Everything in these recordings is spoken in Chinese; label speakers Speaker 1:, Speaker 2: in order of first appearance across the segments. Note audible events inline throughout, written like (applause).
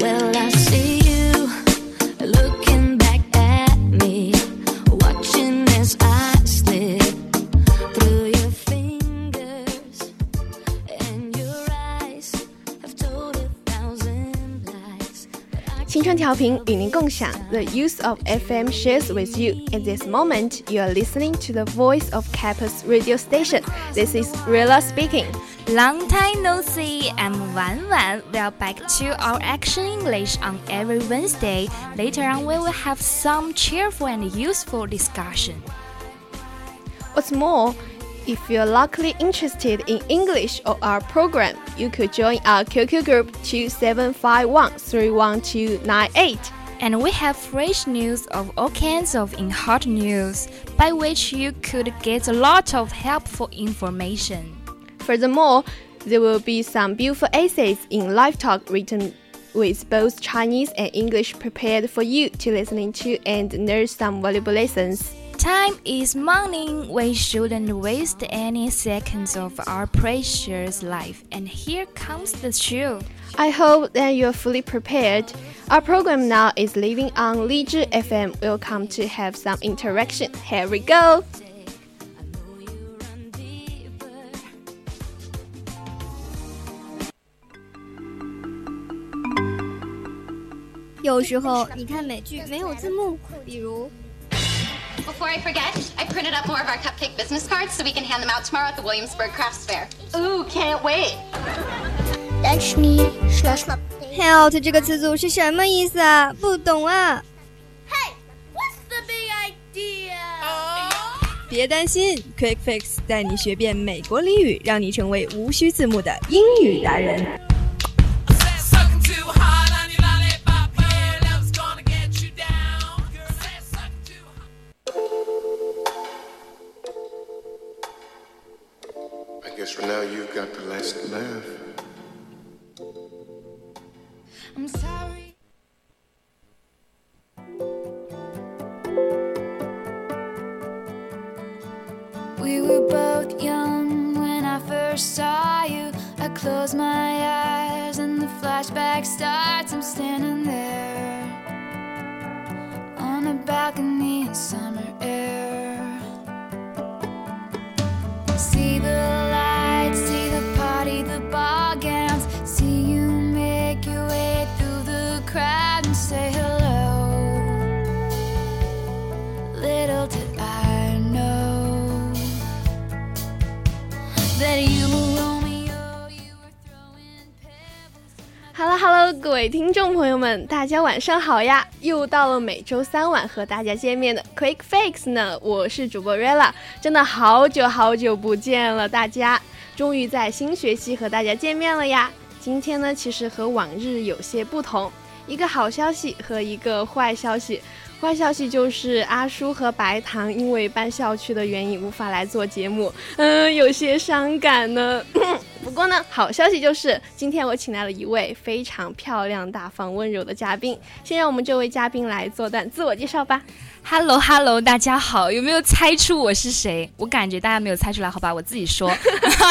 Speaker 1: Well, I see you looking back at me, watching as I slip through your fingers, and your eyes have told a thousand lies. but I
Speaker 2: 青春调频与您共享，The use of FM shares with you. At this moment, you are listening to the voice of campus radio station. This is Rilla speaking.
Speaker 3: Long time no see, I'm Wan Wan. We are back to our Action English on every Wednesday. Later on, we will have some cheerful and useful discussion.
Speaker 2: What's more, if you're luckily interested in English or our program, you could join our QQ group 2751319298.
Speaker 3: And we have fresh news of all kinds of in hot news, by which you could get a lot of helpful information.
Speaker 2: Furthermore, there will be some beautiful essays in live talk written with both Chinese and English prepared for you to listen to and learn some valuable lessons.
Speaker 3: Time is money. We shouldn't waste any seconds of our precious life. And here comes the
Speaker 4: (laughs)
Speaker 3: show.
Speaker 2: I hope that you're fully prepared. Our program now is living on Liju FM. Welcome to have some interaction. Here we
Speaker 1: I
Speaker 2: go.
Speaker 1: know you run deeper.
Speaker 4: 有时候你看美剧没有字幕，比如
Speaker 5: Before I forget, I printed up more of our cupcake business cards so we can hand them out tomorrow at the Williamsburg Crafts Fair. Ooh, can't wait.
Speaker 6: Touch me, slash my
Speaker 4: “help” 这个词组是什么意思啊？不懂啊！
Speaker 7: 别担心，Quick Fix 带你学遍美国俚语，让你成为无需字幕的英语达人。
Speaker 8: I guess for now you've got the last laugh.
Speaker 1: I'm sorry. We were both young when I first saw you. I close my eyes and the flashback starts. I'm standing there on a balcony in summer air. See the lights, see the party, the ball gowns. See you make your way through the crowd and say hello. Little did I know that you were Romeo, you were throwing pebbles.
Speaker 2: Hello Hello，各位听众朋友们，大家晚上好呀！又到了每周三晚和大家见面的 Quick Fix 呢，我是主播 Rella，真的好久好久不见了，大家终于在新学期和大家见面了呀！今天呢，其实和往日有些不同，一个好消息和一个坏消息。坏消息就是阿叔和白糖因为搬校区的原因无法来做节目，嗯，有些伤感呢。不过呢，好消息就是今天我请来了一位非常漂亮、大方、温柔的嘉宾。先让我们这位嘉宾来做段自我介绍吧。
Speaker 3: Hello Hello，大家好，有没有猜出我是谁？我感觉大家没有猜出来，好吧，我自己说， (laughs)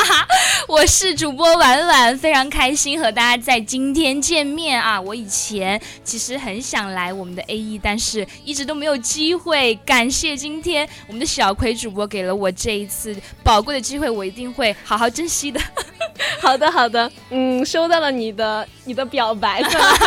Speaker 3: 我是主播婉婉，非常开心和大家在今天见面啊！我以前其实很想来我们的 A E，但是一直都没有机会。感谢今天我们的小葵主播给了我这一次宝贵的机会，我一定会好
Speaker 2: (laughs)
Speaker 3: 好珍惜的。 (laughs)
Speaker 2: 好的，好的，嗯，收到了你的你的表白，算了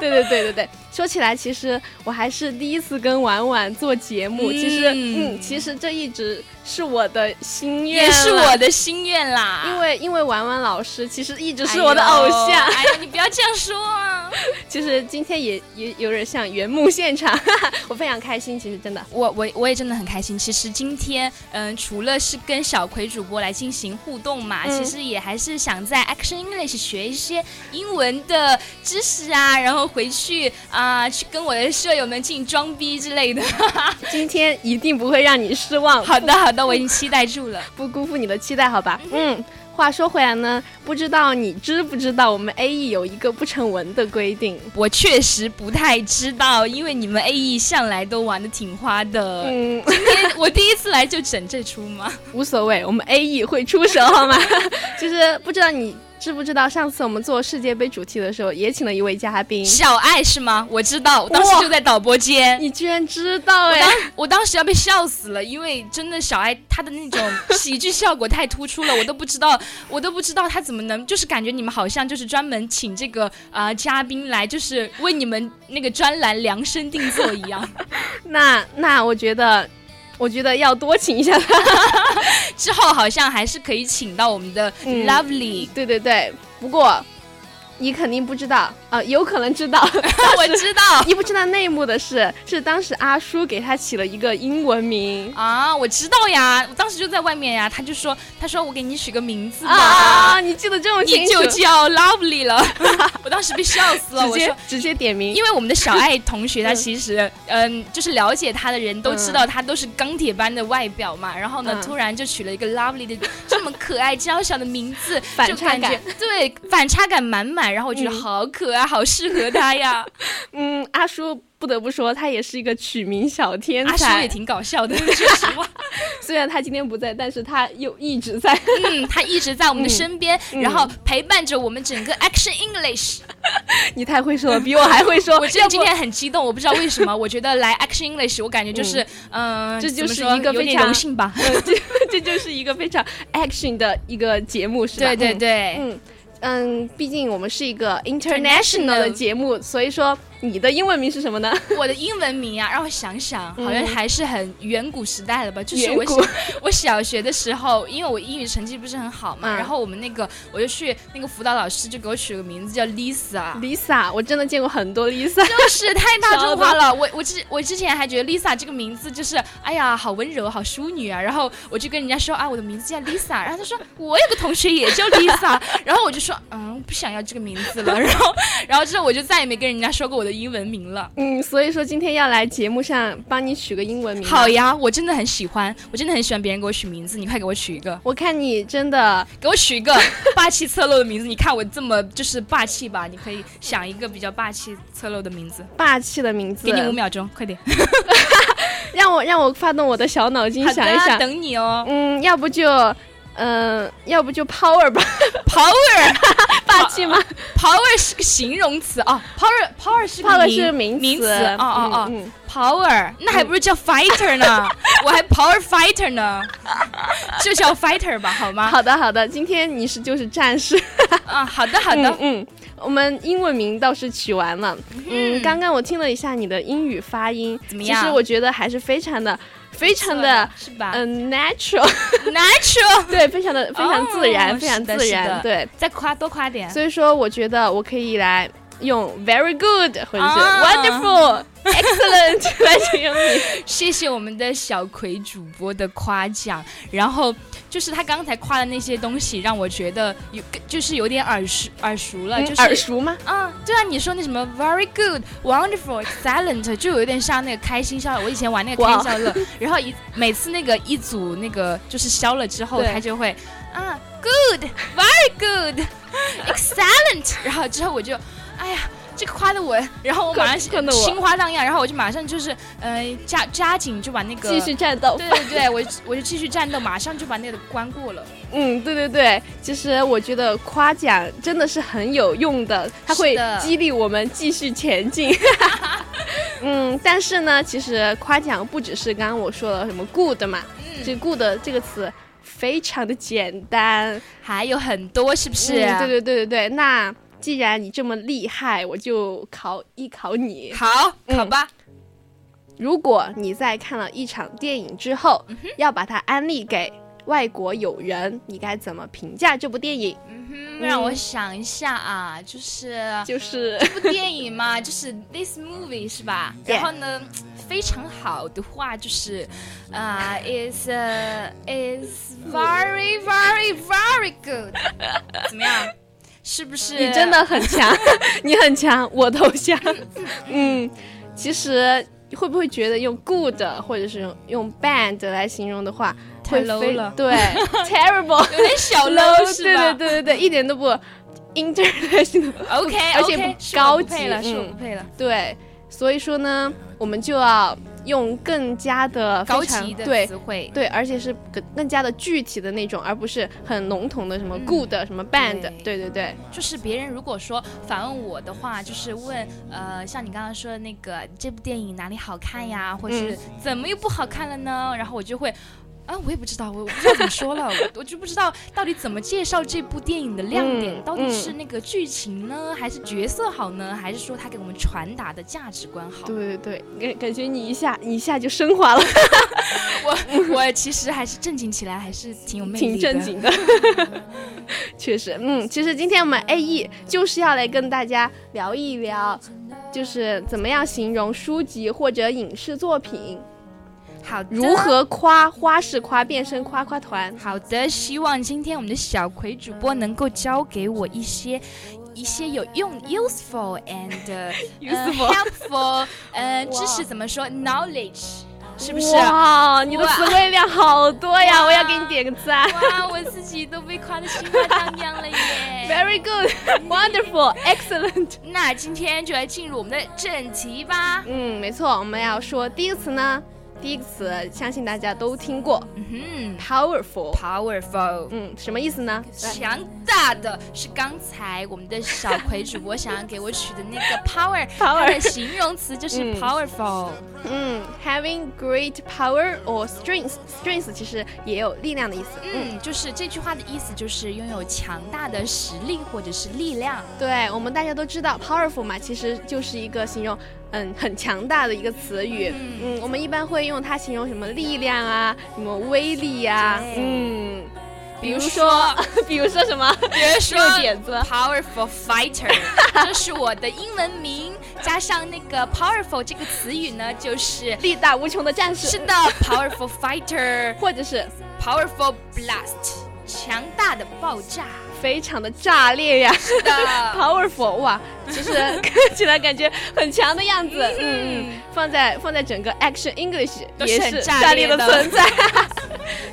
Speaker 2: 对对对对对，说起来，其实我还是第一次跟婉婉做节目。其实，
Speaker 3: 嗯
Speaker 2: 嗯，其实这一直是我的心愿，
Speaker 3: 也是我。的心愿啦。
Speaker 2: 因为因为婉婉老师其实一直是我的偶像，
Speaker 3: 哎呦哎呀，你不要这样说啊！
Speaker 2: 其实今天也也有点像原木现场， (laughs) 我非常开心，其实真的。
Speaker 3: 我我我也真的很开心。其实今天，嗯、除了是跟小葵主播来进行互动嘛，
Speaker 2: 嗯
Speaker 3: 其实也还是想在 Action English 学一些英文的知识啊，然后回去啊、去跟我的舍友们进行装逼之类的。 (laughs)
Speaker 2: 今天一定不会让你失望，
Speaker 3: 好的好的，我已经期待住了。
Speaker 2: 不辜负你的期待，好吧？嗯。话说回来呢，不知道你知不知道我们 A E 有一个不成文的规定，
Speaker 3: 我确实不太知道，因为你们 A E 向来都玩的挺花的。
Speaker 2: 嗯， (laughs)
Speaker 3: 今天我第一次来就整这出吗？
Speaker 2: 无所谓，我们 A E 会出手，好吗？ (laughs) 就是不知道你知不知道，上次我们做世界杯主题的时候，也请了一位嘉宾，
Speaker 3: 小爱是吗？我知道，我当时就在导播间。
Speaker 2: 你居然知道
Speaker 3: 我
Speaker 2: 哎、
Speaker 3: 当我当时要被笑死了，因为真的小爱她的那种
Speaker 2: (laughs)
Speaker 3: 喜剧效果太突出了，我都不知道，我都不知道她怎么能，就是感觉你们好像就是专门请这个啊、呃嘉宾来，就是为你们那个专栏量身定做一
Speaker 2: (laughs)
Speaker 3: 样。
Speaker 2: 那那我觉得，我觉得要多请一下
Speaker 3: (laughs)
Speaker 2: 他。
Speaker 3: 之后好像还是可以请到我们的
Speaker 2: 嗯
Speaker 3: Lovely，、
Speaker 2: 对对对，不过你肯定不知道啊、有可能知道，
Speaker 3: 我知道
Speaker 2: (laughs) 你不知道内幕的是，是当时阿叔给他起了一个英文名。
Speaker 3: 啊，我知道呀，我当时就在外面呀，他就说，他说我给你取个名字吧。
Speaker 2: 啊！你记得这么清
Speaker 3: 你
Speaker 2: 楚
Speaker 3: 就，叫 Lovely 了， (laughs) 我当时被笑死了。
Speaker 2: 直
Speaker 3: 我说
Speaker 2: 接直接点名，
Speaker 3: 因为我们的小爱同学，她
Speaker 2: 嗯
Speaker 3: 其实嗯，就是了解她的人都知道她都是钢铁般的外表嘛，然后呢
Speaker 2: 嗯，
Speaker 3: 突然就取了一个 lovely 的 (laughs) 这么可爱娇小的名字，
Speaker 2: 反
Speaker 3: 就
Speaker 2: 差
Speaker 3: 感觉
Speaker 2: 感，
Speaker 3: 对，反差感满满。然后我觉得
Speaker 2: 嗯
Speaker 3: 好可爱，好适合她呀。
Speaker 2: (laughs) 嗯，阿叔不得不说，他也是一个取名小天
Speaker 3: 阿叔
Speaker 2: 才。
Speaker 3: 也挺搞笑的， (laughs) 说实话，
Speaker 2: 虽然他今天不在，但是他又一直在。 (laughs)
Speaker 3: 嗯，她一直在我们的身边，
Speaker 2: 嗯
Speaker 3: 然后陪伴着我们整个 Action English。
Speaker 2: 你太会
Speaker 3: (laughs)
Speaker 2: 说了，比我还会说。
Speaker 3: 我真
Speaker 2: 要不
Speaker 3: 的今天很激动，我不知道为什么，我觉得来 Action English，我感觉就是嗯，
Speaker 2: 这就是
Speaker 3: 怎么说
Speaker 2: 一个
Speaker 3: 有
Speaker 2: 非
Speaker 3: 点
Speaker 2: 常
Speaker 3: 荣幸吧。
Speaker 2: 呃 (laughs) 这这就是一个非常 action 的一个节目，是吧？
Speaker 3: 对对
Speaker 2: 嗯
Speaker 3: 对，
Speaker 2: 嗯嗯，毕竟我们是一个 international 的节目，所以说你的英文名是什么呢？ (laughs)
Speaker 3: 我的英文名啊，让我想想，
Speaker 2: 嗯
Speaker 3: 好像还是很远古时代了吧？就是
Speaker 2: 远
Speaker 3: 我
Speaker 2: 古
Speaker 3: 小我小学的时候，因为我英语成绩不是很好嘛，
Speaker 2: 嗯
Speaker 3: 然后我们那个我就去那个辅导老师就给我取个名字叫 Lisa。
Speaker 2: Lisa，我真的见过很多 Lisa。
Speaker 3: 就是太大众化了，我我之我之前还觉得 Lisa 这个名字就是，哎呀，好温柔，好淑女啊。然后我就跟人家说啊，我的名字叫 Lisa，然后他说我有个同学也叫
Speaker 2: (laughs)
Speaker 3: Lisa，然后我就说嗯，不想要这个名字了。然后然后之后我就再也没跟人家说过我的英文名了。
Speaker 2: 嗯，所以说今天要来节目上帮你取个英文名。
Speaker 3: 好，呀，我真的很喜欢，我真的很喜欢别人给我取名字，你快给我取一个， (laughs)
Speaker 2: 我看你真的
Speaker 3: 给我取一个霸气侧漏的名字。你看我这么就是霸气吧，你可以想一个比较霸气侧漏的名字。
Speaker 2: 霸气的名字，
Speaker 3: 给你五秒钟，快点！
Speaker 2: 让我让我发动我的小脑筋
Speaker 3: 好
Speaker 2: 想一
Speaker 3: 的
Speaker 2: 想。
Speaker 3: 等你哦。
Speaker 2: 嗯，要不就，嗯、要不就 power 吧，
Speaker 3: (laughs) Power，
Speaker 2: (laughs) 霸气吗？
Speaker 3: 哦 power 是个形容词哦，power power 是个
Speaker 2: power
Speaker 3: 名
Speaker 2: 是名
Speaker 3: 名
Speaker 2: 词
Speaker 3: 词，哦哦哦、
Speaker 2: 嗯嗯
Speaker 3: p o w e r 那还不如叫 fighter 呢，我还 power fighter 呢，就叫 fighter 吧，好吗？
Speaker 2: 好的，好的，今天你是就是战士。
Speaker 3: 啊，好的好的，
Speaker 2: (laughs) 嗯，嗯，我们英文名倒是取完了。嗯，刚刚我听了一下你的英语发音，
Speaker 3: 怎么样
Speaker 2: 其实我觉得还是非常的、非常的，
Speaker 3: 是吧、
Speaker 2: 嗯、natural， (laughs)
Speaker 3: n a t u r a l
Speaker 2: 对，非常的、非常自然，
Speaker 3: 哦
Speaker 2: 非常
Speaker 3: 是的
Speaker 2: 自
Speaker 3: 是
Speaker 2: 然，
Speaker 3: 的
Speaker 2: 对。
Speaker 3: 再夸多夸点。
Speaker 2: 所以说，我觉得我可以来用 very good 或者是
Speaker 3: 啊 (laughs)
Speaker 2: wonderful、excellent 来形容你。
Speaker 3: 谢谢我们的小葵主播的夸奖，然后就是他刚才夸的那些东西，让我觉得有就是有点耳熟耳熟了，
Speaker 2: 嗯
Speaker 3: 就是
Speaker 2: 耳熟吗？
Speaker 3: 啊，对啊，你说那什么 very good、wonderful、excellent，就有点像那个开心消乐。我以前玩那个开心消乐，然后一每次那个一组那个就是消了之后，
Speaker 2: 对
Speaker 3: 他就会啊 good、very good、excellent，然 (laughs) 后之后我就哎呀。这个夸的我，然后我马上
Speaker 2: 困困得我
Speaker 3: 心花荡漾，然后我就马上就是，呃，加加紧就把那个，
Speaker 2: 继续战斗。
Speaker 3: 对对对，我我就继续战斗，马上就把那个关过了。
Speaker 2: 嗯，对对对，其实我觉得夸奖真的是很有用的，它
Speaker 3: 是
Speaker 2: 会
Speaker 3: 的
Speaker 2: 激励我们继续前
Speaker 3: (laughs)
Speaker 2: 进。 (laughs) 嗯，但是呢，其实夸奖不只是刚刚我说了什么 good 嘛，
Speaker 3: 嗯
Speaker 2: 这 good 这个词非常的简单，
Speaker 3: 还有很多是不是？
Speaker 2: 嗯
Speaker 3: 啊
Speaker 2: 嗯对对对对对，那。既然你这么厉害，我就考一考你。
Speaker 3: 好，
Speaker 2: 嗯
Speaker 3: 好吧，
Speaker 2: 如果你在看了一场电影之后，
Speaker 3: 嗯
Speaker 2: 要把它安利给外国友人，你该怎么评价这部电影？
Speaker 3: 嗯让我想一下啊，就是啊
Speaker 2: 就是
Speaker 3: 这部电影嘛，就是 this movie 是吧？
Speaker 2: Yeah
Speaker 3: 然后呢，非常好的话就是，啊、i s is very very very good，怎么 (laughs) 样？是不是？
Speaker 2: 你真的很强，
Speaker 3: (laughs)
Speaker 2: 你很强，我投降。嗯，其实会不会觉得用 good 或者是用用 bad 来形容的话，
Speaker 3: 太
Speaker 2: 会
Speaker 3: low
Speaker 2: 非
Speaker 3: 了
Speaker 2: 对，terrible
Speaker 3: (laughs) 有点小
Speaker 2: low，
Speaker 3: low 是
Speaker 2: (laughs) 对
Speaker 3: 吧
Speaker 2: 对对对对，一点都不
Speaker 3: (laughs)
Speaker 2: international。
Speaker 3: o k
Speaker 2: 而且不高级
Speaker 3: 了，是我
Speaker 2: 嗯
Speaker 3: 不配了，
Speaker 2: 对，所以说呢，我们就要用更加的非
Speaker 3: 高
Speaker 2: 常
Speaker 3: 级的
Speaker 2: 对
Speaker 3: 词汇。
Speaker 2: 对，而且是更更加的具体的那种，而不是很笼统的什么 good、什么 bad，对
Speaker 3: 嗯对
Speaker 2: 对对，
Speaker 3: 就是别人如果说反问我的话，就是问呃，像你刚刚说的那个这部电影哪里好看呀，或
Speaker 2: 嗯
Speaker 3: 是怎么又不好看了呢？然后我就会。啊，我也不知道，我我不知道怎么说了，我我就不知道到底怎么介绍这部电影的亮点，
Speaker 2: 嗯
Speaker 3: 到底
Speaker 2: 嗯
Speaker 3: 是那个剧情呢，还是角色好呢，还是说他给我们传达的价值观好？
Speaker 2: 对对对，感感觉你一下你一下就升华了，
Speaker 3: 我我其实还是正经起来还是挺有魅力的，
Speaker 2: 挺正经
Speaker 3: (laughs)
Speaker 2: 的。确实，嗯，其实今天我们 A E 就是要来跟大家聊一聊，就是怎么样形容书籍或者影视作品，
Speaker 3: 好的，
Speaker 2: 如何夸花式夸变身夸夸团。
Speaker 3: 好的，希望今天我们的小葵主播能够教给我一些。一些有用 useful and
Speaker 2: (laughs)
Speaker 3: 呃
Speaker 2: Useful
Speaker 3: helpful 呃知识怎么说 knowledge 是不是？哇，
Speaker 2: 哇，你的词汇量好多呀！我要给你点个赞。
Speaker 3: 我自己都被夸的心花荡漾
Speaker 2: (laughs)
Speaker 3: 了耶！
Speaker 2: Very good, wonderful, excellent。
Speaker 3: 那今天就来进入我们的正题吧。
Speaker 2: 嗯，没错，我们要说第一个词呢，第一个词相信大家都听过
Speaker 3: 嗯
Speaker 2: ，powerful。
Speaker 3: ，powerful
Speaker 2: 嗯，什么意思呢？来
Speaker 3: 强大的是刚才我们的小葵主播想要给我取的那个 power，
Speaker 2: (laughs)
Speaker 3: 它
Speaker 2: Power
Speaker 3: 的形容词就是
Speaker 2: 嗯
Speaker 3: powerful。
Speaker 2: 嗯，having great power or strength。strength 其实也有力量的意思。嗯，
Speaker 3: 嗯，就是这句话的意思就是拥有强大的实力或者是力量。
Speaker 2: 对，我们大家都知道 powerful 嘛，其实就是一个形容嗯很强大的一个词语。嗯，我们一般会用它形容什么力量啊，什么威力呀、
Speaker 3: 对
Speaker 2: 嗯，比如
Speaker 3: 如
Speaker 2: 说，比如说什么？
Speaker 3: 比如
Speaker 2: 有点子
Speaker 3: powerful (laughs) fighter，这是我的英文名，加上那个 powerful 这个词语呢，就是
Speaker 2: 力大无穷的战士，
Speaker 3: 是的 powerful fighter，powerful
Speaker 2: 或者是
Speaker 3: blast，强大的爆炸。
Speaker 2: 非常的炸裂呀。
Speaker 3: 是的，
Speaker 2: (laughs) powerful 哇，就是 (laughs) 看起来感觉很强的样子，嗯嗯，放在放在整个 action English
Speaker 3: 都是
Speaker 2: 也
Speaker 3: 很
Speaker 2: 是
Speaker 3: 炸
Speaker 2: 炸
Speaker 3: 裂
Speaker 2: 裂的
Speaker 3: 的
Speaker 2: 存在。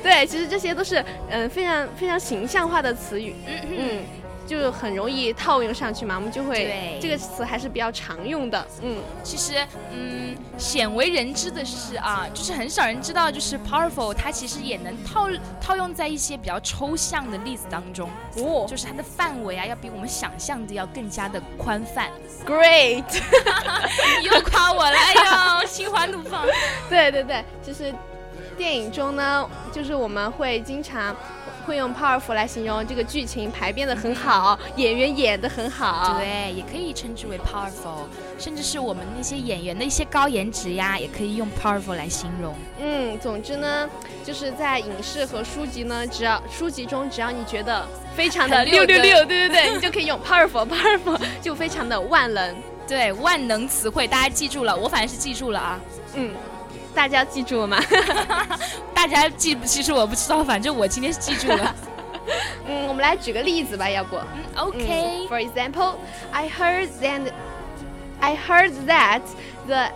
Speaker 2: (laughs) 对，其实这些都是嗯、呃非常非常形象化的词语，嗯嗯，就很容易套用上去嘛，我们就会
Speaker 3: 对
Speaker 2: 这个词还是比较常用的，嗯，
Speaker 3: 其实嗯，鲜为人知的是啊，就是很少人知道，就是 powerful 它其实也能套套用在一些比较抽象的例子当中。
Speaker 2: 哦
Speaker 3: 就是它的范围啊，要比我们想象的要更加的宽
Speaker 2: (laughs)
Speaker 3: 泛。
Speaker 2: 哦，great。
Speaker 3: 你又夸我了，哎呦，心花怒放。
Speaker 2: 对对对，就是电影中呢，就是我们会经常会用 powerful 来形容这个剧情排编的很好，演员演的很好。
Speaker 3: 对，也可以称之为 powerful，甚至是我们那些演员的一些高颜值呀，也可以用 powerful 来形容。
Speaker 2: 嗯，总之呢，就是在影视和书籍呢，只要书籍中只要你觉得非常的
Speaker 3: 很
Speaker 2: (laughs)
Speaker 3: 溜
Speaker 2: 六
Speaker 3: 的
Speaker 2: 六六，对对对，你就可以用 powerful powerful，就 (laughs) 非常的万能。
Speaker 3: (laughs) 对，万能词汇，大家记住了，我反正是记住了啊。
Speaker 2: 嗯，大家记住了吗？ (laughs)
Speaker 3: 大家记不记住我不知道，反正我今天是记住了。
Speaker 2: 嗯，我们来举个例子吧，要不。
Speaker 3: 嗯
Speaker 2: 嗯
Speaker 3: OK，
Speaker 2: For example, I heard that I heard that the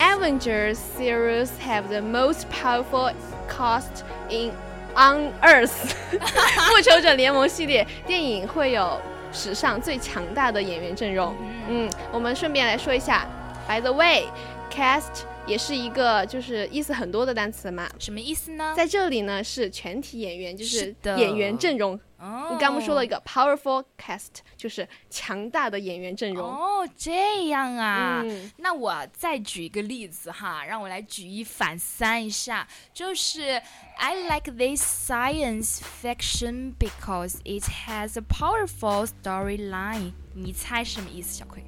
Speaker 2: Avengers series have the most powerful cast in on Earth 。 (laughs) 复仇者联盟系列电影会有史上最强大的演员阵容。嗯，我们顺便来说一下，By the way, cast 也是一个就是意思很多的单词嘛。
Speaker 3: 什么意思呢？
Speaker 2: 在这里呢，是全体演员，就是
Speaker 3: 是的
Speaker 2: 演员阵容，
Speaker 3: 哦，
Speaker 2: 你刚不说了一个 powerful cast，就是强大的演员阵容。
Speaker 3: 哦，这样啊。
Speaker 2: 嗯
Speaker 3: 那我再举一个例子哈，让我来举一反三一下，就是 I like this science fiction because it has a powerful storyline。你猜什么意思，小葵？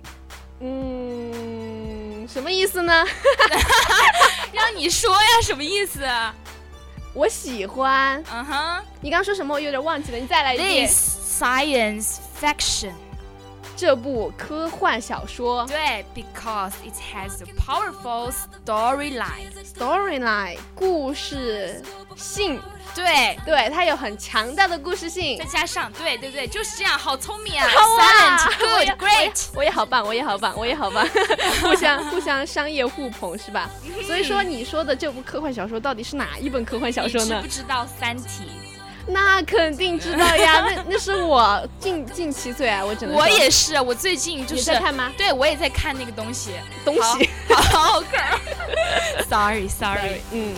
Speaker 2: 嗯，什么意思呢？ (laughs)
Speaker 3: 让你说呀，什么意思？
Speaker 2: 我喜欢。
Speaker 3: 嗯哼
Speaker 2: 你刚说什么？我有点忘记了，你再来一遍。
Speaker 3: ，this science fiction。
Speaker 2: 这部科幻小说
Speaker 3: 对，because it has a powerful storyline。
Speaker 2: storyline 故事性，
Speaker 3: 对，
Speaker 2: 对，它有很强大的故事性
Speaker 3: 再。加上对对对，就是这样，好聪明啊
Speaker 2: 哇
Speaker 3: ！Silent,
Speaker 2: (laughs)
Speaker 3: (laughs)
Speaker 2: 我也
Speaker 3: good, great。
Speaker 2: 我也好棒，我也好棒，我也好
Speaker 3: (laughs)
Speaker 2: 棒，互相互相商业互捧是吧？所以说你说的这部科幻小说到底是哪一本科幻小
Speaker 3: 你
Speaker 2: 说
Speaker 3: 知
Speaker 2: 呢
Speaker 3: 不？知道《三体
Speaker 2: 那肯定知道
Speaker 3: (laughs)
Speaker 2: 呀，那那是我近近期最爱，我只》？能说
Speaker 3: 我也是，我最近就
Speaker 2: 你
Speaker 3: 是
Speaker 2: 在看吗？
Speaker 3: 对，我也在看那个
Speaker 2: (laughs)
Speaker 3: 东西，
Speaker 2: 东西，
Speaker 3: 好好好
Speaker 2: (laughs)
Speaker 3: 看。sorry, sorry，
Speaker 2: 嗯。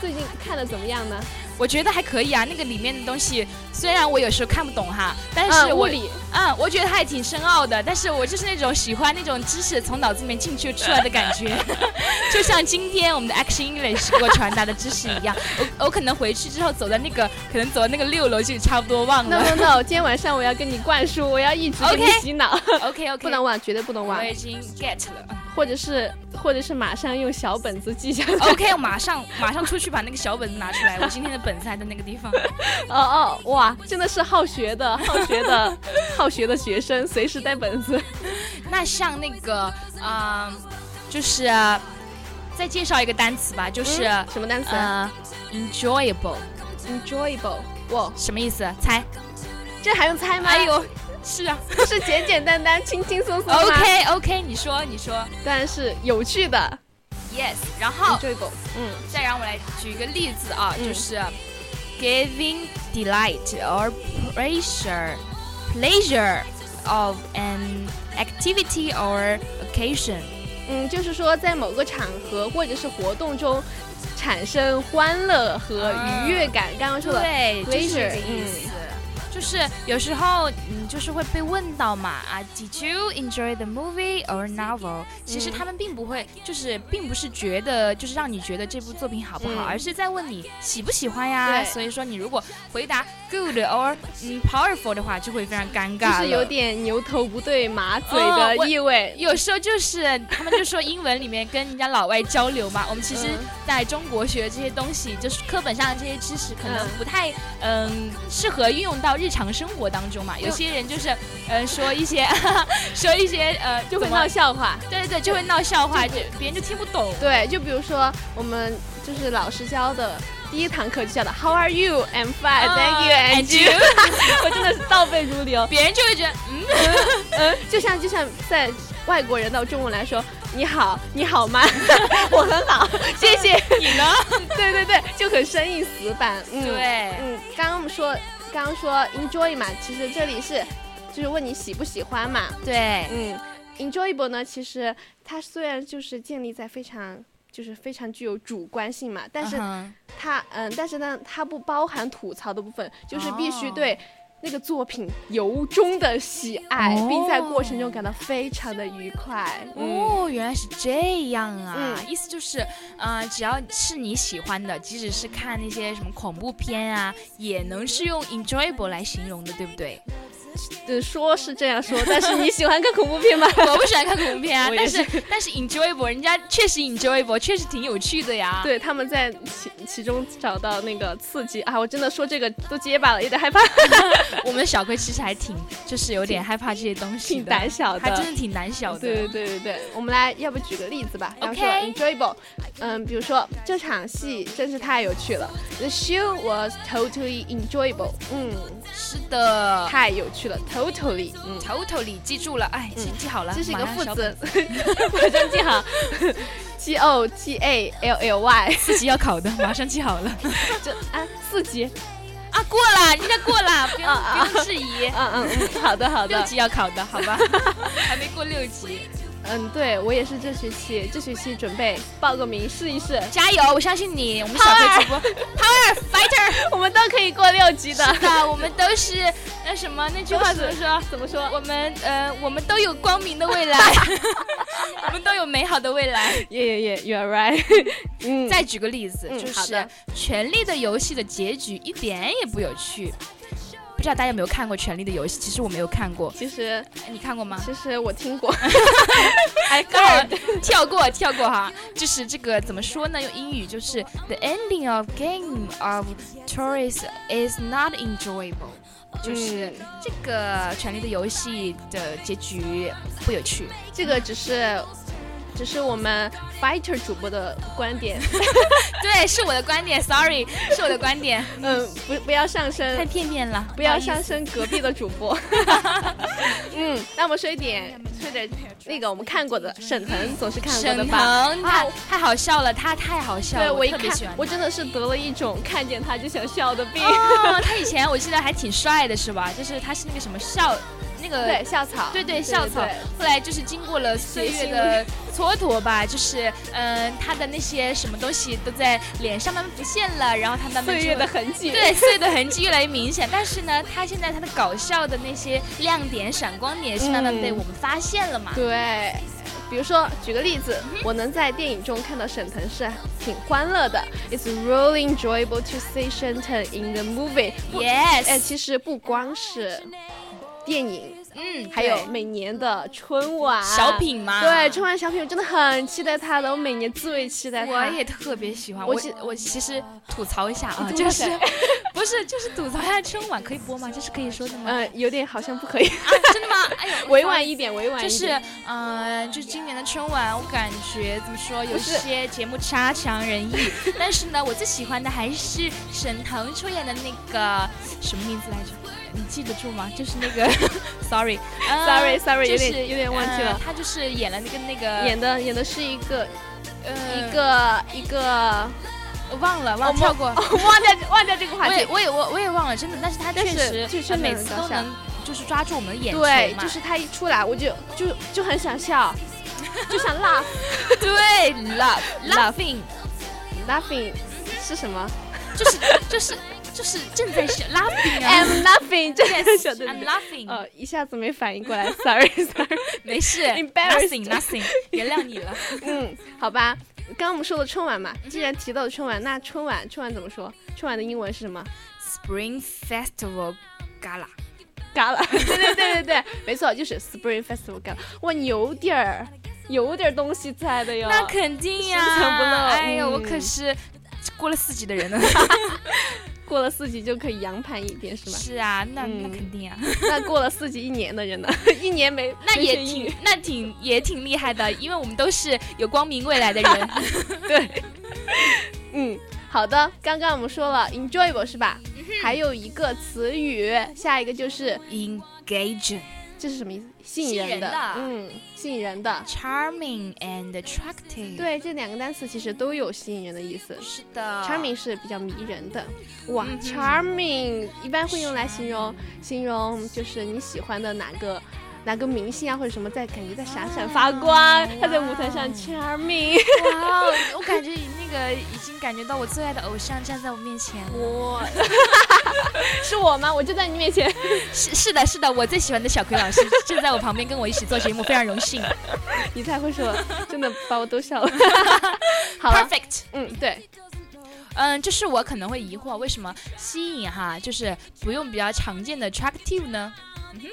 Speaker 2: 最近看的怎么样呢？
Speaker 3: 我觉得还可以啊。那个里面的东西，虽然我有时候看不懂哈，但
Speaker 2: 嗯
Speaker 3: 是我
Speaker 2: 物理
Speaker 3: 嗯，我觉得它也挺深奥的。但是我就是那种喜欢那种知识从脑子里面进去出来的
Speaker 2: (laughs)
Speaker 3: 感觉，就像今天我们的 Action English 给我传达的知识一
Speaker 2: (laughs)
Speaker 3: 样。我我可能回去之后走到那个，可能走到那个六楼就差不多忘
Speaker 2: no
Speaker 3: 了。
Speaker 2: no no，今天晚上我要跟你灌输，我要一直给你
Speaker 3: OK
Speaker 2: 洗脑
Speaker 3: OK OK，
Speaker 2: 不能忘，绝对不能忘
Speaker 3: 我，已经 get 了。
Speaker 2: 或者是或者是马上用小本子记下来。
Speaker 3: OK，我马上马上出去把那个小本子拿出来，我今天的本子还在那个地方。
Speaker 2: 哦哦，哇，真的是好学的，好学 (laughs) 的，好学的学生，随时带本子。
Speaker 3: 那像那个，嗯、就是呃再介绍一个单词吧，就是、
Speaker 2: 嗯什么单词
Speaker 3: 呃，enjoyable
Speaker 2: ？enjoyable，哇，
Speaker 3: 什么意思？猜？
Speaker 2: 这还用猜吗？
Speaker 3: 哎，呦，
Speaker 2: (laughs)
Speaker 3: 是啊。
Speaker 2: 不是简简单单、轻轻松松吗
Speaker 3: OK OK，你说你说
Speaker 2: 当然是有趣的
Speaker 3: ，yes。然后
Speaker 2: ，enjoyable。嗯，
Speaker 3: 再让我来举一个例子啊，
Speaker 2: 嗯
Speaker 3: 就是 giving delight or pleasure pleasure of an activity or occasion。
Speaker 2: 嗯，就是说在某个场合或者是活动中产生欢乐和愉悦感。刚刚说的
Speaker 3: 对，就是这
Speaker 2: pleasure，
Speaker 3: 个意思。就是有时候嗯，就是会被问到嘛啊，Did you enjoy the movie or novel？其
Speaker 2: 嗯
Speaker 3: 实他们并不会，就是并不是觉得就是让你觉得这部作品好不好，
Speaker 2: 嗯
Speaker 3: 而是在问你喜不喜欢呀。
Speaker 2: 对
Speaker 3: 所以说你如果回答 good or 嗯 powerful 的话，就会非常尴
Speaker 2: 就
Speaker 3: 尬，
Speaker 2: 是有。点牛头不对马嘴
Speaker 3: 哦我
Speaker 2: 的意味。
Speaker 3: 有时候就是他们就说英文里面跟人家老外交
Speaker 2: (laughs)
Speaker 3: 流嘛，我们其实
Speaker 2: 嗯
Speaker 3: 在中国学这些东西，就是课本上的这些知识，可能
Speaker 2: 嗯
Speaker 3: 不太嗯适合运用到日常生活当中嘛。有些人就是嗯、呃说一些 (laughs) 说一些呃
Speaker 2: 就会
Speaker 3: 怎么
Speaker 2: 闹笑话。
Speaker 3: 对对对，就会闹笑话，就别人就听不懂。。
Speaker 2: 对，就比如说我们就是老师教的第一堂课就教的 How are you? I'm fine, thank you, and you (laughs)
Speaker 3: Oh,
Speaker 2: 我真的是倒背如流。
Speaker 3: 别人就会觉得嗯，
Speaker 2: 嗯，就像就像在外国人到中文来说，你好，你好吗？ (laughs) 我很好，谢
Speaker 3: (laughs)
Speaker 2: 谢。
Speaker 3: 你呢？
Speaker 2: 对对对，就很生硬死板。嗯，
Speaker 3: 对
Speaker 2: 嗯，刚刚我们说，刚刚说 enjoy 嘛，其实这里是就是问你喜不喜欢嘛。
Speaker 3: 对
Speaker 2: 嗯，enjoyable 呢，其实它虽然就是建立在非常就是非常具有主观性嘛，但是
Speaker 3: 嗯哼
Speaker 2: 它嗯，但是呢，它不包含吐槽的部分，就是必须
Speaker 3: 哦
Speaker 2: 对那个作品由衷的喜爱，
Speaker 3: 哦
Speaker 2: 并在过程中感到非常的愉快。嗯，
Speaker 3: 哦，原来是这样啊！
Speaker 2: 嗯
Speaker 3: 意思就是，呃，只要是你喜欢的，即使是看那些什么恐怖片啊，也能是用 enjoyable 来形容的，对
Speaker 2: (laughs)
Speaker 3: 不对？
Speaker 2: 呃说是这样说，但是你喜欢看恐怖片吗？，
Speaker 3: (laughs) 我不喜欢看恐怖片啊
Speaker 2: 我也
Speaker 3: 但
Speaker 2: 是
Speaker 3: 是但是 enjoyable，人家确实 enjoyable，确实挺有趣的呀。
Speaker 2: 对，他们在其其中找到那个刺激啊！我真的说这个都结巴了，有点
Speaker 3: (laughs)
Speaker 2: 害怕。
Speaker 3: 我们小龟其实还挺，就是有点害怕这些东西的，
Speaker 2: 挺胆小的
Speaker 3: 还真的挺胆小的。
Speaker 2: 对对对对对，我们来，要不举个例子吧？然后说
Speaker 3: OK
Speaker 2: enjoyable，嗯，比如说这场戏真是太有趣了，The show was totally enjoyable，嗯，
Speaker 3: 是的。
Speaker 2: 太有趣了，totally，嗯。
Speaker 3: totally 记住了，哎，记记好了，
Speaker 2: 这是一个
Speaker 3: 马上
Speaker 2: 副
Speaker 3: 小
Speaker 2: 词， (laughs) 马上记好，G O T A L L Y，
Speaker 3: 自己要考的，马上记好
Speaker 2: (laughs)
Speaker 3: 了。
Speaker 2: 这啊四级，
Speaker 3: 啊，过了，人家过了，不用
Speaker 2: 啊啊
Speaker 3: 不用质疑。
Speaker 2: 嗯嗯嗯，好的好
Speaker 3: 六
Speaker 2: 的，
Speaker 3: (laughs) 级要考的好吧？还没过六级。
Speaker 2: 嗯，对我也是这学期，这学期准备报个名试一试，
Speaker 3: 加油！我相信你，我们小飞主播，Power Fighter，
Speaker 2: (laughs) 我们都可以过六级的。
Speaker 3: 是的，我们都是那什么那句话
Speaker 2: 都
Speaker 3: 怎
Speaker 2: 是
Speaker 3: 么说？
Speaker 2: 怎么说？
Speaker 3: 我们呃，我们都有光明的
Speaker 2: (laughs)
Speaker 3: 未来， (laughs) 我们都有美好的未来。
Speaker 2: 耶耶耶，You're right。嗯，
Speaker 3: (laughs) 再举个例子，
Speaker 2: 嗯
Speaker 3: 就
Speaker 2: 好
Speaker 3: 是
Speaker 2: 的
Speaker 3: 《权力的游戏》的结局一点也不有趣。不知道大家有没有看过《权力的游戏》？其实我没有看过，
Speaker 2: 其实
Speaker 3: 哎你看过吗？
Speaker 2: 其实我听过， (laughs)
Speaker 3: 哎，当然跳过跳过哈，就是这个怎么说呢？用英语就是 The ending of Game of Thrones is not enjoyable，就是
Speaker 2: 嗯
Speaker 3: 这个《权力的游戏》的结局不有趣。
Speaker 2: 这个只是只是我们 fighter 主播的观
Speaker 3: (laughs)
Speaker 2: 点，
Speaker 3: 对，是我的观点，sorry，是我的观
Speaker 2: (laughs)
Speaker 3: 点，
Speaker 2: 嗯，不不要上
Speaker 3: 太
Speaker 2: 升，
Speaker 3: 片面了，
Speaker 2: 不要
Speaker 3: 好意思
Speaker 2: 上。升隔壁的主
Speaker 3: (laughs)
Speaker 2: 播。嗯，那么说一点说点那个我们看过的，沈腾总是看过的
Speaker 3: 嗯沈
Speaker 2: 吧？啊
Speaker 3: 腾，他太好笑了，他太好笑
Speaker 2: 对
Speaker 3: 了，
Speaker 2: 我一
Speaker 3: 特别
Speaker 2: 看
Speaker 3: 喜欢，他。
Speaker 2: 我真的是得了一种看见他就想笑的病。
Speaker 3: 哦，他以前我记得还挺帅的，是吧？就是他是那个什么校，那个
Speaker 2: 对，校草，
Speaker 3: 对对，校草
Speaker 2: 对对。
Speaker 3: 后来就是经过了岁月的蹉跎吧，就是嗯、他的那些什么东西都在脸上慢慢浮现了，然后他慢慢
Speaker 2: 岁月
Speaker 3: 就
Speaker 2: 的痕迹。
Speaker 3: 对岁月的痕迹越来越明显。但是呢，他现在他的搞笑的那些亮点、闪光点是慢慢被
Speaker 2: 嗯
Speaker 3: 我们发现了嘛？
Speaker 2: 对，比如说举个例子，
Speaker 3: 嗯
Speaker 2: 我能在电影中看到沈腾是挺欢乐的。It's really enjoyable to see Shenton in the movie 不。哎，
Speaker 3: yes，
Speaker 2: 其实不光是电影，
Speaker 3: 嗯，
Speaker 2: 还有
Speaker 3: 对
Speaker 2: 每年的春晚
Speaker 3: 小。品嘛，
Speaker 2: 对，春晚小品我真的很期待他的，我每年最为期待他。
Speaker 3: 我也特别喜欢，
Speaker 2: 我
Speaker 3: 我
Speaker 2: 记
Speaker 3: 我其实吐槽一下
Speaker 2: (laughs)
Speaker 3: 啊，
Speaker 2: 你吐槽
Speaker 3: 就
Speaker 2: 谁
Speaker 3: 是 (laughs) 不是就是吐槽一下春晚可以播吗？这是可以说的吗？
Speaker 2: 嗯、有点好像不
Speaker 3: (laughs)
Speaker 2: 可以， (laughs)
Speaker 3: 真的吗？哎呦，
Speaker 2: 委婉一点，委婉一
Speaker 3: 就
Speaker 2: 点。
Speaker 3: 是，嗯、就今年的春晚，我感觉怎么说，有
Speaker 2: 不是
Speaker 3: 些节目差强人意。但是呢，我最喜欢的还是沈腾出演的那个什么名字来着？你记得住吗？就是那个
Speaker 2: Sorry,
Speaker 3: ，sorry，sorry，sorry，、
Speaker 2: sorry，
Speaker 3: 就
Speaker 2: 有
Speaker 3: 是
Speaker 2: 点有点忘记
Speaker 3: 呃
Speaker 2: 了
Speaker 3: 他就是演了那个那个
Speaker 2: 演的演的是一个、
Speaker 3: 呃
Speaker 2: 一个一个，
Speaker 3: 忘了忘了跳
Speaker 2: (laughs)
Speaker 3: 过。
Speaker 2: 忘掉哦忘掉这个话
Speaker 3: 我
Speaker 2: 题
Speaker 3: 也。我也我我也忘了，真的，但是他
Speaker 2: 但
Speaker 3: 确
Speaker 2: 是
Speaker 3: 实，
Speaker 2: 确实
Speaker 3: 他
Speaker 2: 真的
Speaker 3: 每
Speaker 2: 很
Speaker 3: 次
Speaker 2: 搞
Speaker 3: 都
Speaker 2: 笑
Speaker 3: 能就是抓住我们的眼球
Speaker 2: 对，
Speaker 3: 嘛
Speaker 2: 就是他一出来，我就就就很想笑， (laughs) 就想 laugh
Speaker 3: 对 (laughs) love loving，
Speaker 2: laughing 是什
Speaker 3: (laughs)
Speaker 2: 么
Speaker 3: 就是就是就是正
Speaker 2: (laughs)
Speaker 3: 在是 loving 啊。
Speaker 2: ？I'm laughing，这 (laughs) 个小的
Speaker 3: I'm laughing，、
Speaker 2: 呃，一下子没反应过来，sorry sorry。
Speaker 3: (laughs) 没事
Speaker 2: (laughs) embarrassed
Speaker 3: ，nothing nothing，
Speaker 2: (laughs)
Speaker 3: 原谅你了。
Speaker 2: 嗯，好吧，刚刚我们说了春晚嘛，既然提到了春晚，那春晚春晚怎么说？春晚的英文是什么
Speaker 3: Spring Festival Gala，
Speaker 2: ？Gala。对 (laughs) 对对对对，没错，就是 Spring Festival Gala。哇，你有点儿有点儿东西在的哟。
Speaker 3: (laughs) 那肯
Speaker 2: (laughs)
Speaker 3: 定呀、
Speaker 2: 深藏不露
Speaker 3: 哎呦，
Speaker 2: 嗯
Speaker 3: 我可是过了四级的
Speaker 2: (laughs)
Speaker 3: 人呢。
Speaker 2: 过了四级就可以扬盘一遍是吧？
Speaker 3: 是啊，那、
Speaker 2: 嗯
Speaker 3: 那肯
Speaker 2: (laughs)
Speaker 3: 定啊，
Speaker 2: 那过了四级一年的人呢？ (laughs) 一年没
Speaker 3: 那
Speaker 2: 没
Speaker 3: 也
Speaker 2: 学英语
Speaker 3: 挺那挺也挺厉害的，因为我们都是有光明未来的
Speaker 2: (laughs)
Speaker 3: 人。
Speaker 2: 嗯，好的，刚刚我们说了 enjoyable 是吧？
Speaker 3: 嗯
Speaker 2: 还有一个词语，下一个就是
Speaker 3: Engaging,
Speaker 2: 这是什么意思？吸
Speaker 3: 吸
Speaker 2: 引
Speaker 3: 引
Speaker 2: 人
Speaker 3: 人
Speaker 2: 的，
Speaker 3: 的
Speaker 2: 嗯，吸引人的。
Speaker 3: charming and attractive。，
Speaker 2: 对，这两个单词其实都有吸引人的意思。
Speaker 3: 是的
Speaker 2: charming 是比较迷人的，哇、
Speaker 3: 嗯哼
Speaker 2: c h a r m i n g 一般会用来形容形容就是你喜欢的哪个哪个明星啊，或者什么在感觉在闪闪发光，
Speaker 3: 啊
Speaker 2: 他在舞台上 charming， (laughs)
Speaker 3: 哇哦，我感觉那个已经感觉到我最爱的偶像站在我面前了。
Speaker 2: (laughs) 我是我吗？我就在你面前。
Speaker 3: 是是的，是的，我最喜欢的小葵老师正在我旁边跟我一起做节目，非常荣
Speaker 2: (laughs)
Speaker 3: 幸。
Speaker 2: 你太会说了，真的把我逗笑
Speaker 3: (laughs)
Speaker 2: 了。好了，
Speaker 3: Perfect，
Speaker 2: 嗯，对，
Speaker 3: 嗯，就是我可能会疑惑，为什么吸引哈，就是不用比较常见的 attractive 呢？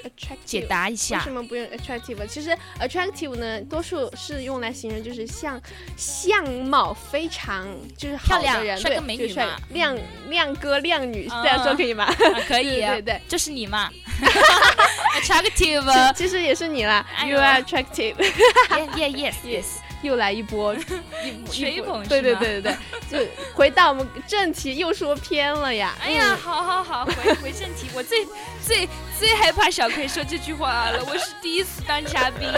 Speaker 2: attractive
Speaker 3: 解答一
Speaker 2: 为
Speaker 3: 下
Speaker 2: 什，么不用 attractive？其实 attractive 呢，多数是用来形容就是像相貌非常就是好
Speaker 3: 漂
Speaker 2: 的
Speaker 3: 亮
Speaker 2: 人，
Speaker 3: 帅
Speaker 2: 对
Speaker 3: 哥美
Speaker 2: 就
Speaker 3: 女
Speaker 2: 是帅
Speaker 3: 嘛
Speaker 2: 亮亮哥亮女，这样说
Speaker 3: 嗯
Speaker 2: 可
Speaker 3: (laughs)
Speaker 2: 以吗？
Speaker 3: 啊可以，
Speaker 2: 对对对
Speaker 3: 就是你嘛
Speaker 2: (laughs)
Speaker 3: ，attractive，
Speaker 2: 其其实也是你啦
Speaker 3: 哎
Speaker 2: ，you
Speaker 3: 呦
Speaker 2: are attractive， (laughs)
Speaker 3: 耶耶 yes
Speaker 2: 又来一
Speaker 3: (laughs)
Speaker 2: 波，
Speaker 3: yes，吹
Speaker 2: 一
Speaker 3: 捧，
Speaker 2: 对对，对对对，就回到我们正题，又说偏了呀。
Speaker 3: 哎呀，好好好，回回正题，我最最最害怕小葵说这句话了，我是第一次当嘉宾。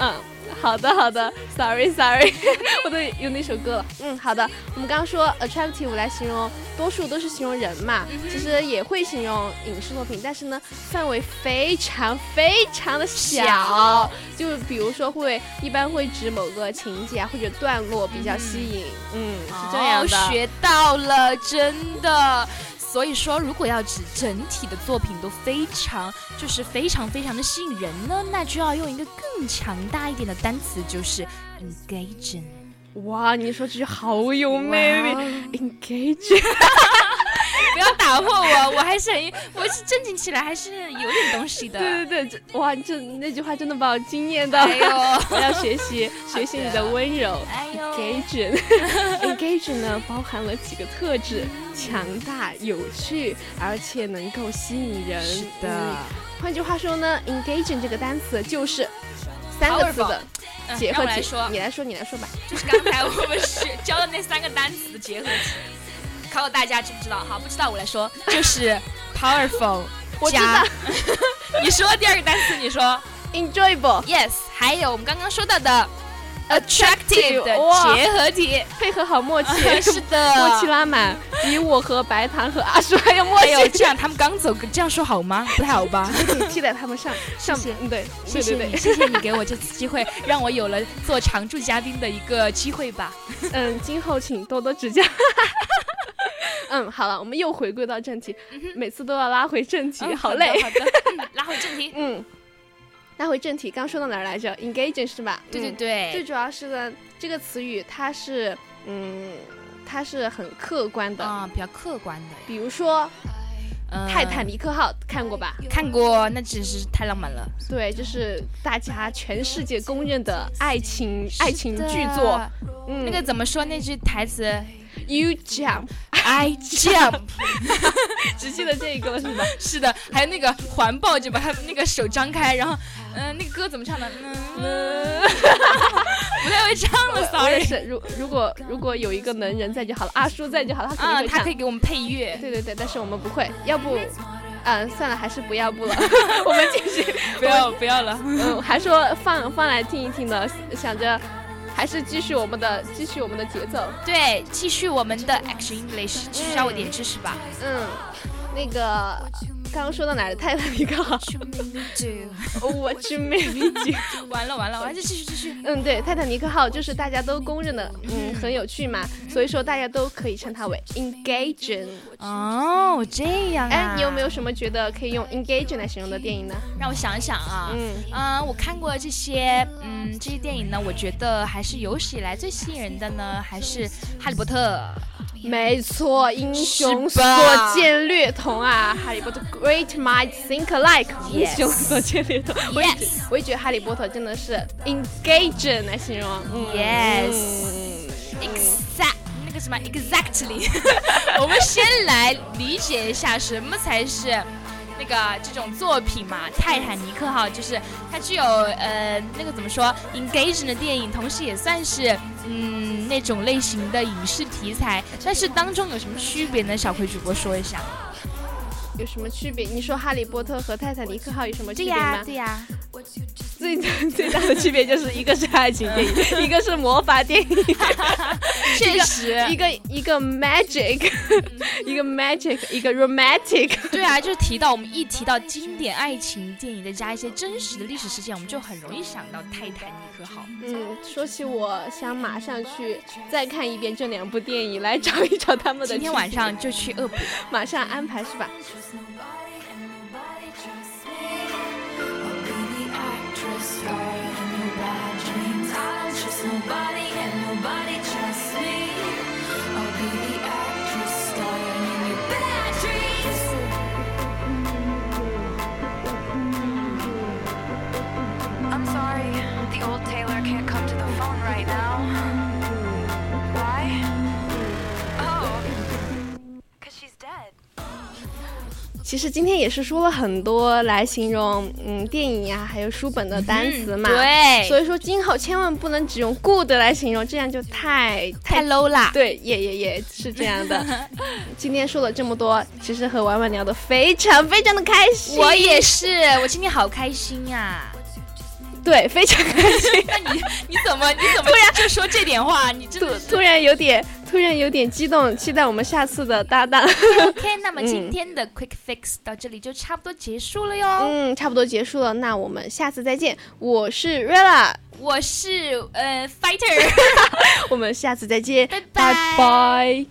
Speaker 2: 嗯，好的，好的，sorry sorry，我都有那首歌了。嗯，好的，我们刚刚说 attractive 来形容，多数都是形容人嘛，其实也会形容影视作品，但是呢，范围非常非常的小，
Speaker 3: 小
Speaker 2: 就比如说会一般会指某个情节啊或者段落比较吸引，嗯，是这样的。
Speaker 3: 哦学到了，真的。所以说，如果要指整体的作品都非常，就是非常非常的吸引人呢，那就要用一个更强大一点的单词，就是 engaging。
Speaker 2: 嗯哇，你说这句好有魅力，engage。
Speaker 3: 不要打破我，我还是很，我是正经起来还是有点东西 (laughs) 的。
Speaker 2: 对对对，这哇，这那句话真的把我惊艳到。
Speaker 3: 哎呦，
Speaker 2: (laughs) 我要学习学习你的温柔。
Speaker 3: 哎呦，
Speaker 2: engage (laughs) engage 呢，包含了几个特质：
Speaker 3: 嗯
Speaker 2: 强大、有趣，而且能够吸引人。
Speaker 3: 是
Speaker 2: 嗯
Speaker 3: 的，
Speaker 2: 换句话说呢，engaging 这个单词就是三个字的
Speaker 3: 嗯
Speaker 2: 结
Speaker 3: 让
Speaker 2: 合
Speaker 3: 我来
Speaker 2: 体。
Speaker 3: 说
Speaker 2: 你，来说，你来说吧。
Speaker 3: 就是刚才我们学教的那三个单词的结合体，考考大家知不知道？好，不知道我来说，就是 (laughs) powerful
Speaker 2: 我知
Speaker 3: 加 (laughs)
Speaker 2: 道。
Speaker 3: 你说第二个单词，你说
Speaker 2: enjoyable
Speaker 3: yes，还有我们刚刚说到的 attractive
Speaker 2: Attractive，
Speaker 3: 的
Speaker 2: 哇
Speaker 3: 结合体，
Speaker 2: 配合好默契，
Speaker 3: (laughs) 是的，
Speaker 2: 默契拉满，比我和白糖和阿叔还要默
Speaker 3: 哎呦，
Speaker 2: 契。
Speaker 3: 这样他们刚走，这样说好吗？不太好 (laughs) 吧？
Speaker 2: 你替代他们上上
Speaker 3: 谢谢
Speaker 2: 嗯对
Speaker 3: 谢
Speaker 2: 对
Speaker 3: 谢
Speaker 2: 对
Speaker 3: 你，
Speaker 2: 对，
Speaker 3: 谢谢你给我这次机会，让我有了做常驻嘉宾的一个机会吧。
Speaker 2: (laughs) 嗯，今后请多多指教。 (laughs) 嗯，好了，我们又回归到正题，每次都要拉回正题，
Speaker 3: 嗯
Speaker 2: 好
Speaker 3: 的
Speaker 2: 累。
Speaker 3: 好的， (laughs) 嗯拉回正题。
Speaker 2: 嗯，拉回正题，刚说到哪儿来着？engaging 是吧？
Speaker 3: 对对
Speaker 2: 嗯最
Speaker 3: 对，
Speaker 2: 主要是呢，这个词语它是嗯，它是很客观的，
Speaker 3: 啊，比较客观的呀。
Speaker 2: 比如说《
Speaker 3: 嗯
Speaker 2: 泰坦尼克号》看过吧？
Speaker 3: 看过，那真是太浪漫了。
Speaker 2: 对，就是大家全世界公认的爱情爱情巨作。嗯，
Speaker 3: 那个怎么说那句台词
Speaker 2: You Jump，
Speaker 3: ？I (laughs) jump。
Speaker 2: 只记得这一个了是吧？
Speaker 3: 是的，还有那个环抱着把他那个手张开，然后，嗯、那个歌怎么唱的？嗯，不太会唱了 (laughs)
Speaker 2: 我也
Speaker 3: ，sorry。
Speaker 2: 是，如如果如果有一个能人在就好了，阿叔在就好了，他
Speaker 3: 啊，
Speaker 2: 肯定会
Speaker 3: 他
Speaker 2: 唱。
Speaker 3: 可以给我们配乐，
Speaker 2: 对对对，但是我们不会，要不，嗯，算了，还是不要
Speaker 3: (laughs)
Speaker 2: 不了。我们继续，
Speaker 3: 不要不要了。
Speaker 2: 嗯，还说放放来听一听的，想着还是继续我们的继续我们的节奏。
Speaker 3: 对，继续我们的 Action English，至少我点知识吧。
Speaker 2: 嗯，那个刚刚说到哪儿了？泰坦尼克 (laughs) 号。我去，没理解。
Speaker 3: 完了完了，我还是继续继续。
Speaker 2: 嗯，对，泰坦尼克号就是大家都公认的，嗯，很有趣嘛，所以说大家都可以称它为 engaging。
Speaker 3: 哦，这样
Speaker 2: 哎，你有没有什么觉得可以用 engaging 来形容的电影呢？
Speaker 3: 让我想想啊？嗯
Speaker 2: 嗯，
Speaker 3: 我看过这些，嗯，这些电影呢，我觉得还是有史以来最吸引人的呢，还是《哈利波特
Speaker 2: 没错，英雄
Speaker 3: 是
Speaker 2: 所
Speaker 3: 吧
Speaker 2: 见略同啊！哈利波特 Great Minds Think Alike，英雄所见略同。我也觉
Speaker 3: Yes
Speaker 2: 我也觉得哈利波特真的是 engaging 来形容。嗯
Speaker 3: Yes
Speaker 2: 嗯
Speaker 3: Exact 那个什么 Exactly，我 (laughs) 们先来理解一下什么才是那个这种作品嘛，《泰坦尼克号》就是它具有呃那个怎么说 engaging 的电影，同时也算是嗯那种类型的影视题材，但是当中有什么区别呢？小葵主播说一下。
Speaker 2: 有什么区别？你说哈利波特和泰坦尼克号有什么区
Speaker 3: 对
Speaker 2: 别
Speaker 3: 呀
Speaker 2: 吗？
Speaker 3: 对啊 (laughs) 呀，
Speaker 2: 最大最大的区别就是一个是爱情电影， (laughs) 一个是魔法电影，
Speaker 3: 嗯 (laughs) 确实。嗯
Speaker 2: 一个一个 magic，一 (laughs) 个 magic，一个 romantic。
Speaker 3: 对啊，就是提到我们一提到经典爱情电影，再加一些真实的历史事件，我们就很容易想到《泰坦尼克 (laughs) 号》。
Speaker 2: 嗯，说起我想马上去再看一遍这两部电影，来找一找他们的。
Speaker 3: 今天晚上就去恶补。
Speaker 2: (laughs) 马上安排是吧？
Speaker 1: I'm sorry, the old Taylor can't come to the phone right now. Why? Oh, because she's dead.
Speaker 2: 其实今天也是说了很多来形容嗯电影呀、还有书本的单词嘛。
Speaker 3: 嗯对，
Speaker 2: 所以说今后千万不能只用 good 来形容，这样就太
Speaker 3: 太 low 啦。
Speaker 2: 对，也也也是这样
Speaker 3: (laughs)
Speaker 2: 的。今天说了这么多，其实和婉婉聊得非常非常的开心。
Speaker 3: 啊我也是，我今天好开心呀、
Speaker 2: 对，非常开心。
Speaker 3: (laughs) 那你 (laughs) 你怎么你怎么突然就说这点话？你
Speaker 2: (laughs)
Speaker 3: 真
Speaker 2: 突
Speaker 3: 的
Speaker 2: 突然有点突然有点激动，期待我们下次的搭 (laughs) 档。
Speaker 3: OK？那么今天的 Quick Fix 到这里就差不多结束了哟。
Speaker 2: 嗯，差不多结束了，那我们下次再见。我是 Rella，
Speaker 3: 我是呃 Fighter，
Speaker 2: 我们下次再见，
Speaker 3: 拜
Speaker 2: 拜拜。